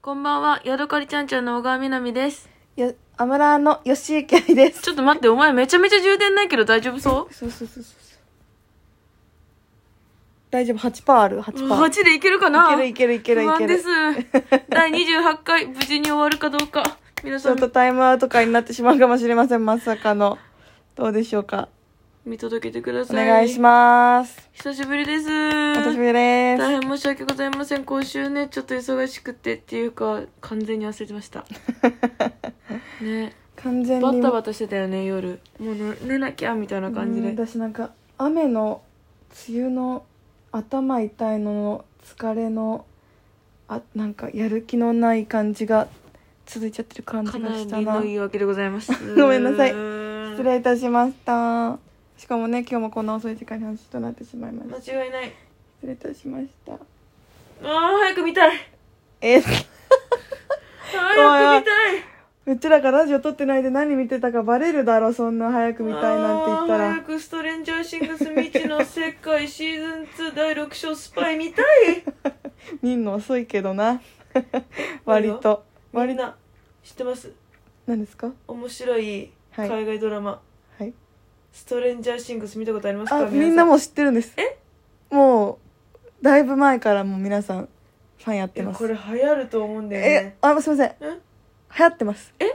こんばんは、ヤドカリちゃんちゃんの小川みなみです。よ、アムラーの吉池愛です。ちょっと待って、お前めちゃめちゃ充電ないけど大丈夫そうそうそうそうそうそう。大丈夫、8%ある、8%。い ?8 でいけるかないけるいけるいけるいけ不安る。です。第28回、無事に終わるかどうか。皆ちさょっん、とタイムアウト感になってしまうかもしれません、まさかの。どうでしょうか。見届けてくだおさい。願いします。す。久しぶりです。お久しぶりです。大変申し訳ございません。今週ね、ちょっと忙しくてっていうか、完全に忘れてま した。ね、完全に。バタバタしてたよね、夜。もう寝寝なきゃ、みたいな感じうんで。私なんか、雨の、梅雨の、頭痛いのの、疲れの、あ、なんか、やる気のない感じが続いちゃってる感かじがなりしたのな。言い訳でございます。 ごめんなさい失失礼いたしましたしかもね今日もこんな遅い時間に話となってしまいました間違いない。失礼いたしましたあー、早く見たい。え 早く見たい。うちらがラジオ撮ってないで何見てたかバレるだろそんな早く見たいなんて言ったあー早らくストレンジャーシングス未知の世界シーズン2第6章スパイ見たい見んの遅いけどな割とみ割んとな知ってます何ですか面白いはい海外ドラマ、はいストレンジャーシングス見たことありますかあみんなももう知ってるんですえもうだいぶ前からもう皆さんファンやってまこすれ流行ると思うんだよえねあすいませんえ流行ってます え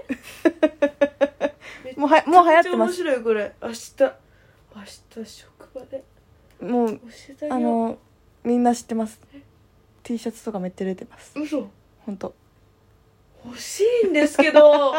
もうはもう流行ってまめすちゃめちゃ面白いこれ明日明日職場でも教うえてああげようのみんな知ってます T シャツとかめっちゃ出てます嘘本当欲しいんですけど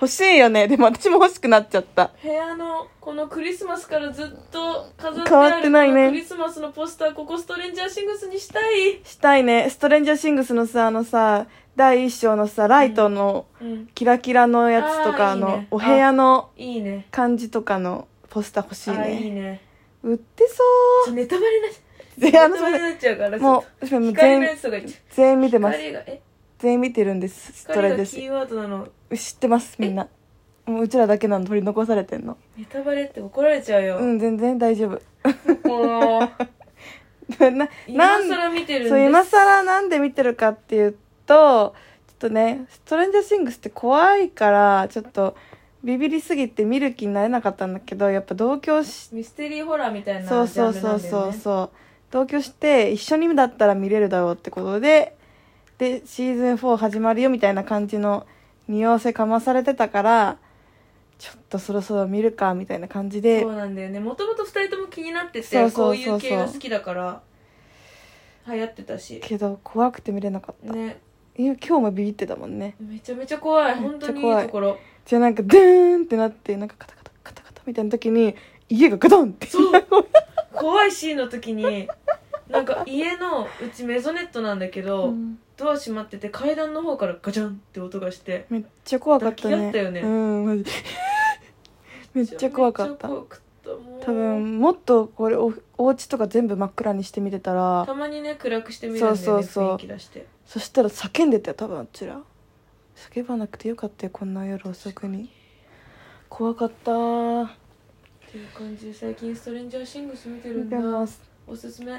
欲しいよねでも私も欲しくなっちゃった部屋のこのクリスマスからずっと飾って変あわるってないねこのクリスマスのポスターここストレンジャーシングスにしたい、したいねストレンジャーシングスのさあのさ第一章のさライトのうん、キラキラのやつとか、あーいいねあのお部屋のいいね感じとかのポスター欲しいあねいいね売ってそちょネタバレになっちうゃう全あのネタバレになっちゃうからもちうょっと全光のやつとか言っちゃう全員見てます光がえ全員見てるんですスト光レンがジキャーシンーワードなのグス知ってますみんなもううちらだけなの取り残されてんのネタバレって怒られちゃうよ、うん全然大丈夫もうな な今ん更見てるんですそう今更なんで見てるかっていうとちょっとね「ストレンジャーシングス」って怖いからちょっとビビりすぎて見る気になれなかったんだけどやっぱ同居しミステリーホラーみたいなジそうャそンうルそなうんだよそうねそう同居して一緒にだったら見れるだろうってことででシーズン4始まるよみたいな感じの匂わせかまされてたからちょっとそろそろ見るかみたいな感じでそうなんだよねもともと2人とも気になっててそうそうそうそうこういう系が好きだから流行ってたしけど怖くて見れなかった、ねいや今日もビビってたもんねめちゃめちゃ怖いめ本っ当ちゃ怖いにいいところじゃあなんかドゥーンってなってなんかカタカタカタカタみたいな時に家がガドンってそう 怖いシーンの時になんか家のうちメゾネットなんだけど、うんドア閉まってて階段の方からガチャンって音がしてめっちゃ怖かったね抱き合ったよねうんマジめっちゃ怖かめったちゃ怖くったもう多分もっとこれおお家とか全部真っ暗にして見てたらたまにね暗くしてみるんだよねそうそうそう雰囲気出してそしたら叫んでたよ多分あちら叫ばなくてよかったよこんな夜遅くに怖かったっていう感じで最近ストレンジャーシングス見てる見んだてますおすすめ、うん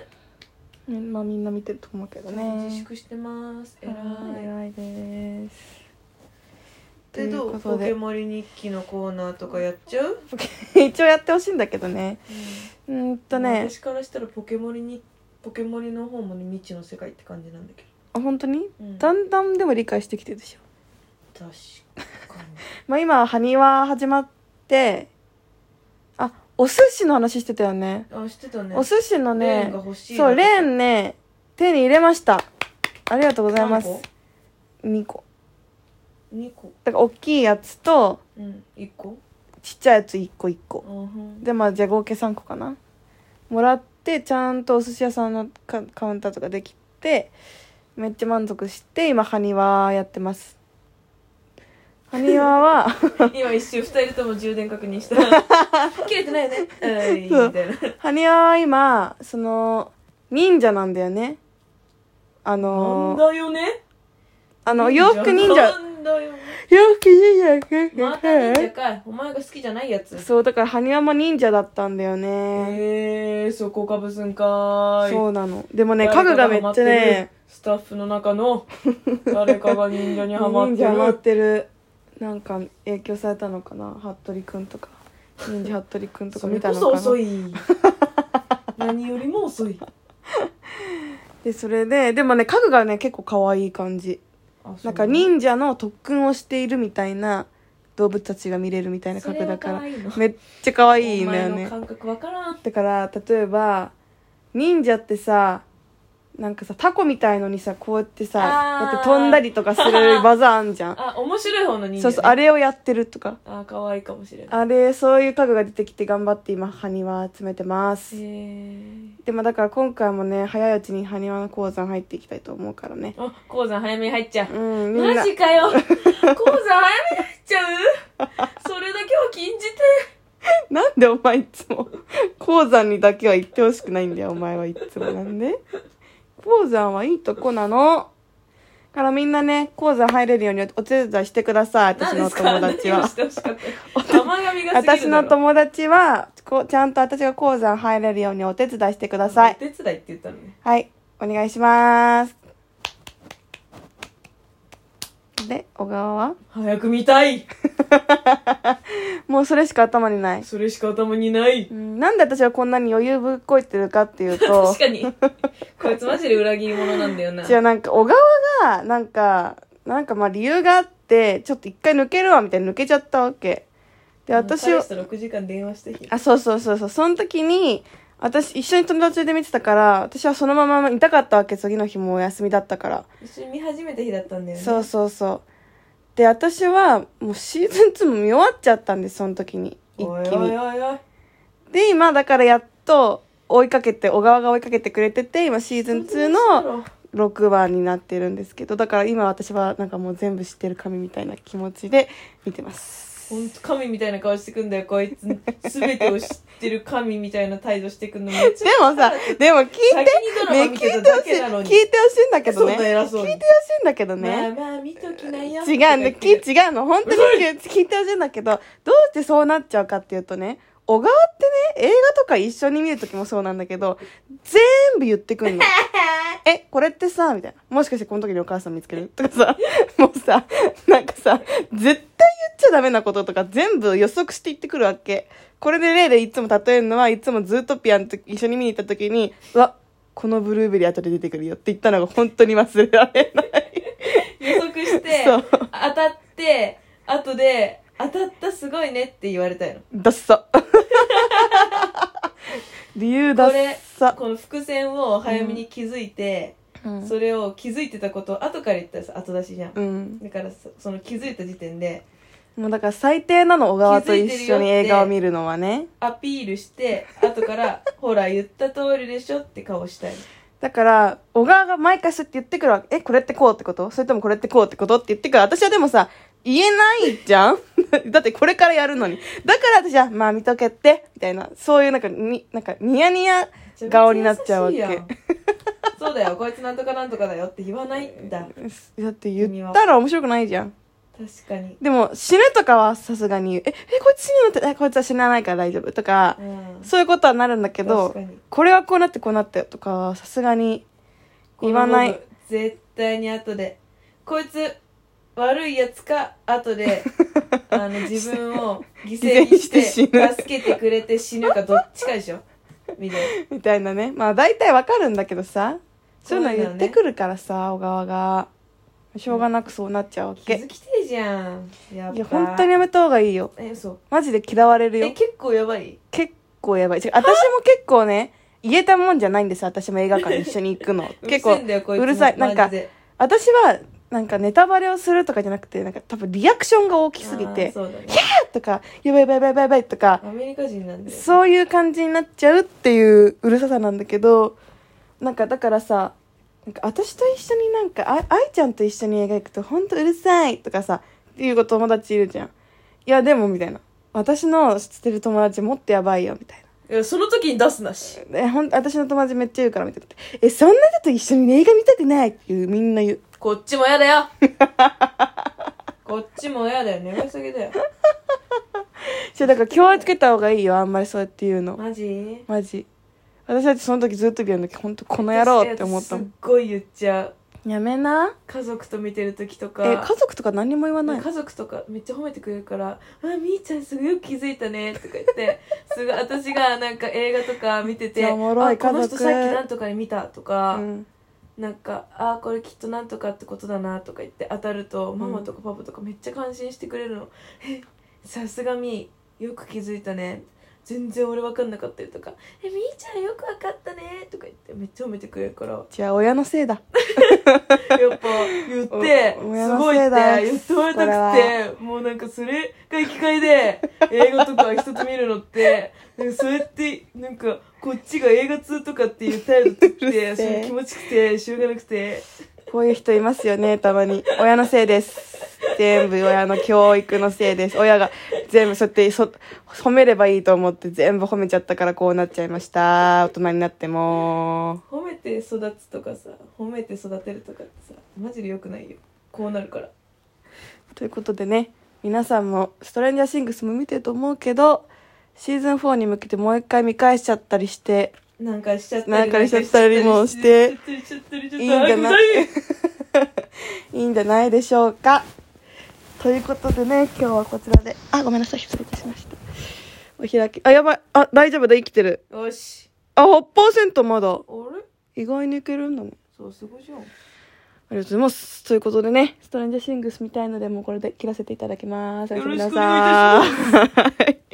まあみんな見てると思うけどね自粛してます偉はいい偉いですでどうということポでケモリ日記のコーナーとかやっちゃう、 一応やってほしいんだけどねうーんとね私からしたらポケモリにポケモリの方もね未知の世界って感じなんだけあ本当にど、うん、だんだんでも理解してきてるでしょ確かにまあ今は埴輪始まってあお寿司の話してたよねあ知ってたねお寿司のレーンねが欲しいそうレーンンね手に入れましたありがとうございます2個2個だから大きいやつとうん1個ちっちゃいやつ1個1個あふんでまあじゃあ合計3個かなもらってちゃんとお寿司屋さんのカカウンターとかできてめっちゃ満足して今埴輪やってます埴輪 は今一瞬2人とも充電確認した 切れてないよねうんみそうたいな羽はは今その忍者なんだよねあなんのだよねあの洋服忍 者なんだよね洋服忍者また忍者かいお前が好きじゃないやつそうだから羽はも忍者だったんだよね、えー、そこかぶすんかーいそうなのでもね誰家か具ががめっちゃねハスタッフの中 の誰かが忍者にはまっ忍て者ハマっるてるなんか影響されたのかな服部くんとか忍者服部くんとかそ見れたこのそかな遅い 何よりも遅いでそれででもね家具がね結構可愛い感じあそうなんか忍者の特訓をしているみたいな動物たちが見れるみたいなそ家れ具だはか可ら愛いのめっちゃ可愛いんだよお前のね感覚わからんだから例えば忍者ってさなんかさタコみたいのにさこうやってさあーやって飛んだりとかする技あんじゃん、あ面白い方の忍者、ね、そうそうあれをやってるとかあ可愛いかもしれないあれそういう家具が出てきて頑張って今埴輪集めてまへす、ーでもだから今回もね早いうちに埴輪の鉱山入っていきたいと思うからねあ鉱山早めに入っちゃううんみんマなジか よ鉱山早めに入っちゃうそれだけは禁じてなんでお前いつも鉱山にだけは行ってほしくないんだよお前はいつもなんで鉱山はいいとこなのからみんなね鉱山入れるようにお手伝いしてください何私でのおすか友何を達はしてほしか った甘噛みが過ぎ私るだのろ友達はこうちゃんと私が鉱山入れるようにお手伝いしてくださいお手伝いって言ったのねはい、お願いします。で、小川は早く見たいもうそれしか頭にない。それしか頭にないうん、なんで私はこんなに余裕ぶっこいてるかっていうと 確、かにこいつマジで裏切り者なんだよなじゃあなんか小川が、なんか、なんかまあ理由があって、ちょっと一回抜けるわみたいに抜けちゃったわけ。で、私をを、 6時間電話した日あ、そうそうそうそう、その時に、私一緒に友達で見てたから、私はそのままいたかったわけ、次の日もお休みだったから。一緒に見始めた日だったんだよねそうそうそうで私はもうシーズン2も見終わっちゃったんですその時に一おい気おいにおいおいで今だからやっと追いかけて小川が追いかけてくれてて今シーズン2のの6番になってるんですけどだから今私はなんかもう全部知ってる神みたいな気持ちで見てますほんと神みたいな顔してくんだよこいつ全てを知ってる神みたいな態度してくんのめっち でゃもさでも聞いて先にドラマ見ね聞ていてたほだしいけ聞いなのてほにしいんだけどねそんな偉そうに聞いてほしいんだけどね、まあまあ見ときなよ違うんだき違うの本当に聞いてほしいんだけどどうしてそうなっちゃうかっていうとね小川ってね映画とか一緒に見る時もそうなんだけど全部言ってく んのえこれってさみたいなもしかしてこの時にお母さん見つけるとかさ もうさなんかさ絶対言っちゃダメなこととか全部予測して言ってくるわけこれで例でいつも例えるのはいつもズートピアンと一緒に見に行った時にうわこのブルーベリー後で出てくるよって言ったのが本当に忘れられない予測して そ当うたって後で当たったすごいねって言われたいのダッサ 理由ダこッれサ、この伏線を早めに気づいて、うんそれを気づいてたことを後から言ったらさ後出しじゃん、うん、だからそその気づいた時点でもうだから最低なの小川と気づ一いてるよ緒っにて映画を見るのはねアピールして後 から「ほら言った通りでしょ」って顔したいのだから小川が毎回そうやって言ってくるわけえこれってこうってことそれともこれってこうってことって言ってくる私はでもさ言えないじゃん だってこれからやるのにだから私はまあ見とけってみたいなそういうなんかになんかニヤニヤ顔になっちゃうわけめちゃめちゃ優しいやん そうだよこいつなんとかなんとかだよって言わないんだだって言ったら面白くないじゃん確かにでも死ぬとかはさすがに言うええこいつ死ぬのってえこいつは死なないから大丈夫とかうんそういうことはなるんだけど確かにこれはこうなってこうなってとかさすがに 言わなこいの部分絶対に後でこいつ悪いやつか後 であの自分を犠牲にし犠牲にしてて死助ぬけてくれて死ぬかどっちかでしょみたいなみたいなねまあ大体わかるんだけどさそういうのそうなの言っねてくるからさ小川がしょうがなくそうなっちゃうわ気けづきてえじゃんやっぱいや本当にやめた方がいいよえそうマジで嫌われるえよ結構やばい結構やばい違う私も結構ね言えたもんじゃないんです私も映画館一緒に行くの 結うる構せえんだよこいつうるさいなんかマジで私はなんかネタバレをするとかじゃなくてなんか多分リアクションが大きすぎあてーそうだね「 とか「やばいやばいやばいやばいやばい」とかアメリカ人なんだよそういう感じになっちゃうっていううるささなんだけどなんかだからさなんか私と一緒になんかあ愛ちゃんと一緒に映画行くとほんとうるさいとかさっていうお友達いるじゃんいやでもみたいな私の知ってる友達もっとやばいよみたいないやその時に出すなしでほん私の友達めっちゃ言うからみたいなえそんな人と一緒に映画見たくないっていうみんな言うこっちもやだ よこっちもやだよ眠すぎだよじゃだから気をつけた方がいいよあんまりそうやって言うのマジマジ私だってその時ずっと見るんだけど本当この野郎って思った私もすっんごい言っちゃうやめな家族と見てる時とかえ家族とか何にも言わない家族とかめっちゃ褒めてくれるから「あみーちゃんすごいよく気づいたね」とか言 ってすごい私がなんか映画とか見てて「めっちゃおもろいあこの家人族さっきなんとかで見た」とか、うんなんか「あこれきっとなんとかってことだな」とか言って当たるとママとかパパとかめっちゃ感心してくれるの「えさすがみーよく気づいたね」全然俺分かんなかったよとか「えみーちゃんよく分かったね」とか言ってめっちゃ褒めてくれるからじゃあ親のせいだやっぱ言って、おすごいって言ってもらいたくて、もうなんかそれが生きがいで、映画とか人と見るのって、なんかそうやって、なんかこっちが映画通とかっていう態度取っうるて、せそえれ気持ちくて、しょうがなくて、こういう人いますよねた まに親のせいです全部親の教育のせいです親が全部そうやってそ褒めればいいと思って全部褒めちゃったからこうなっちゃいました大人になっても褒めて育つとかさ、褒めて育てるとかってさ、マジで良くないよ。こうなるから。ということでね皆さんも「ストレンジャーシングス」も見てると思うけどシーズン4に向けてもう一回見返しちゃったりしてなんかしちゃったりなんかしちゃったりもしてなんかしちゃったりしちゃったいいりしんちゃったりじゃあごめんなさな いいいいんじゃないでしょうかということでね今日はこちらであごめんなさい失礼いたしましたお開きあやばいあ大丈夫だ生きてるよし。あ8%まだあれ意外にいけるんだねそう、すごいじゃん。ありがとうございますということでねストレンジャーシングスみたいのでもうこれで切らせていただきますおやすみなさよろしくお願いいたしますはい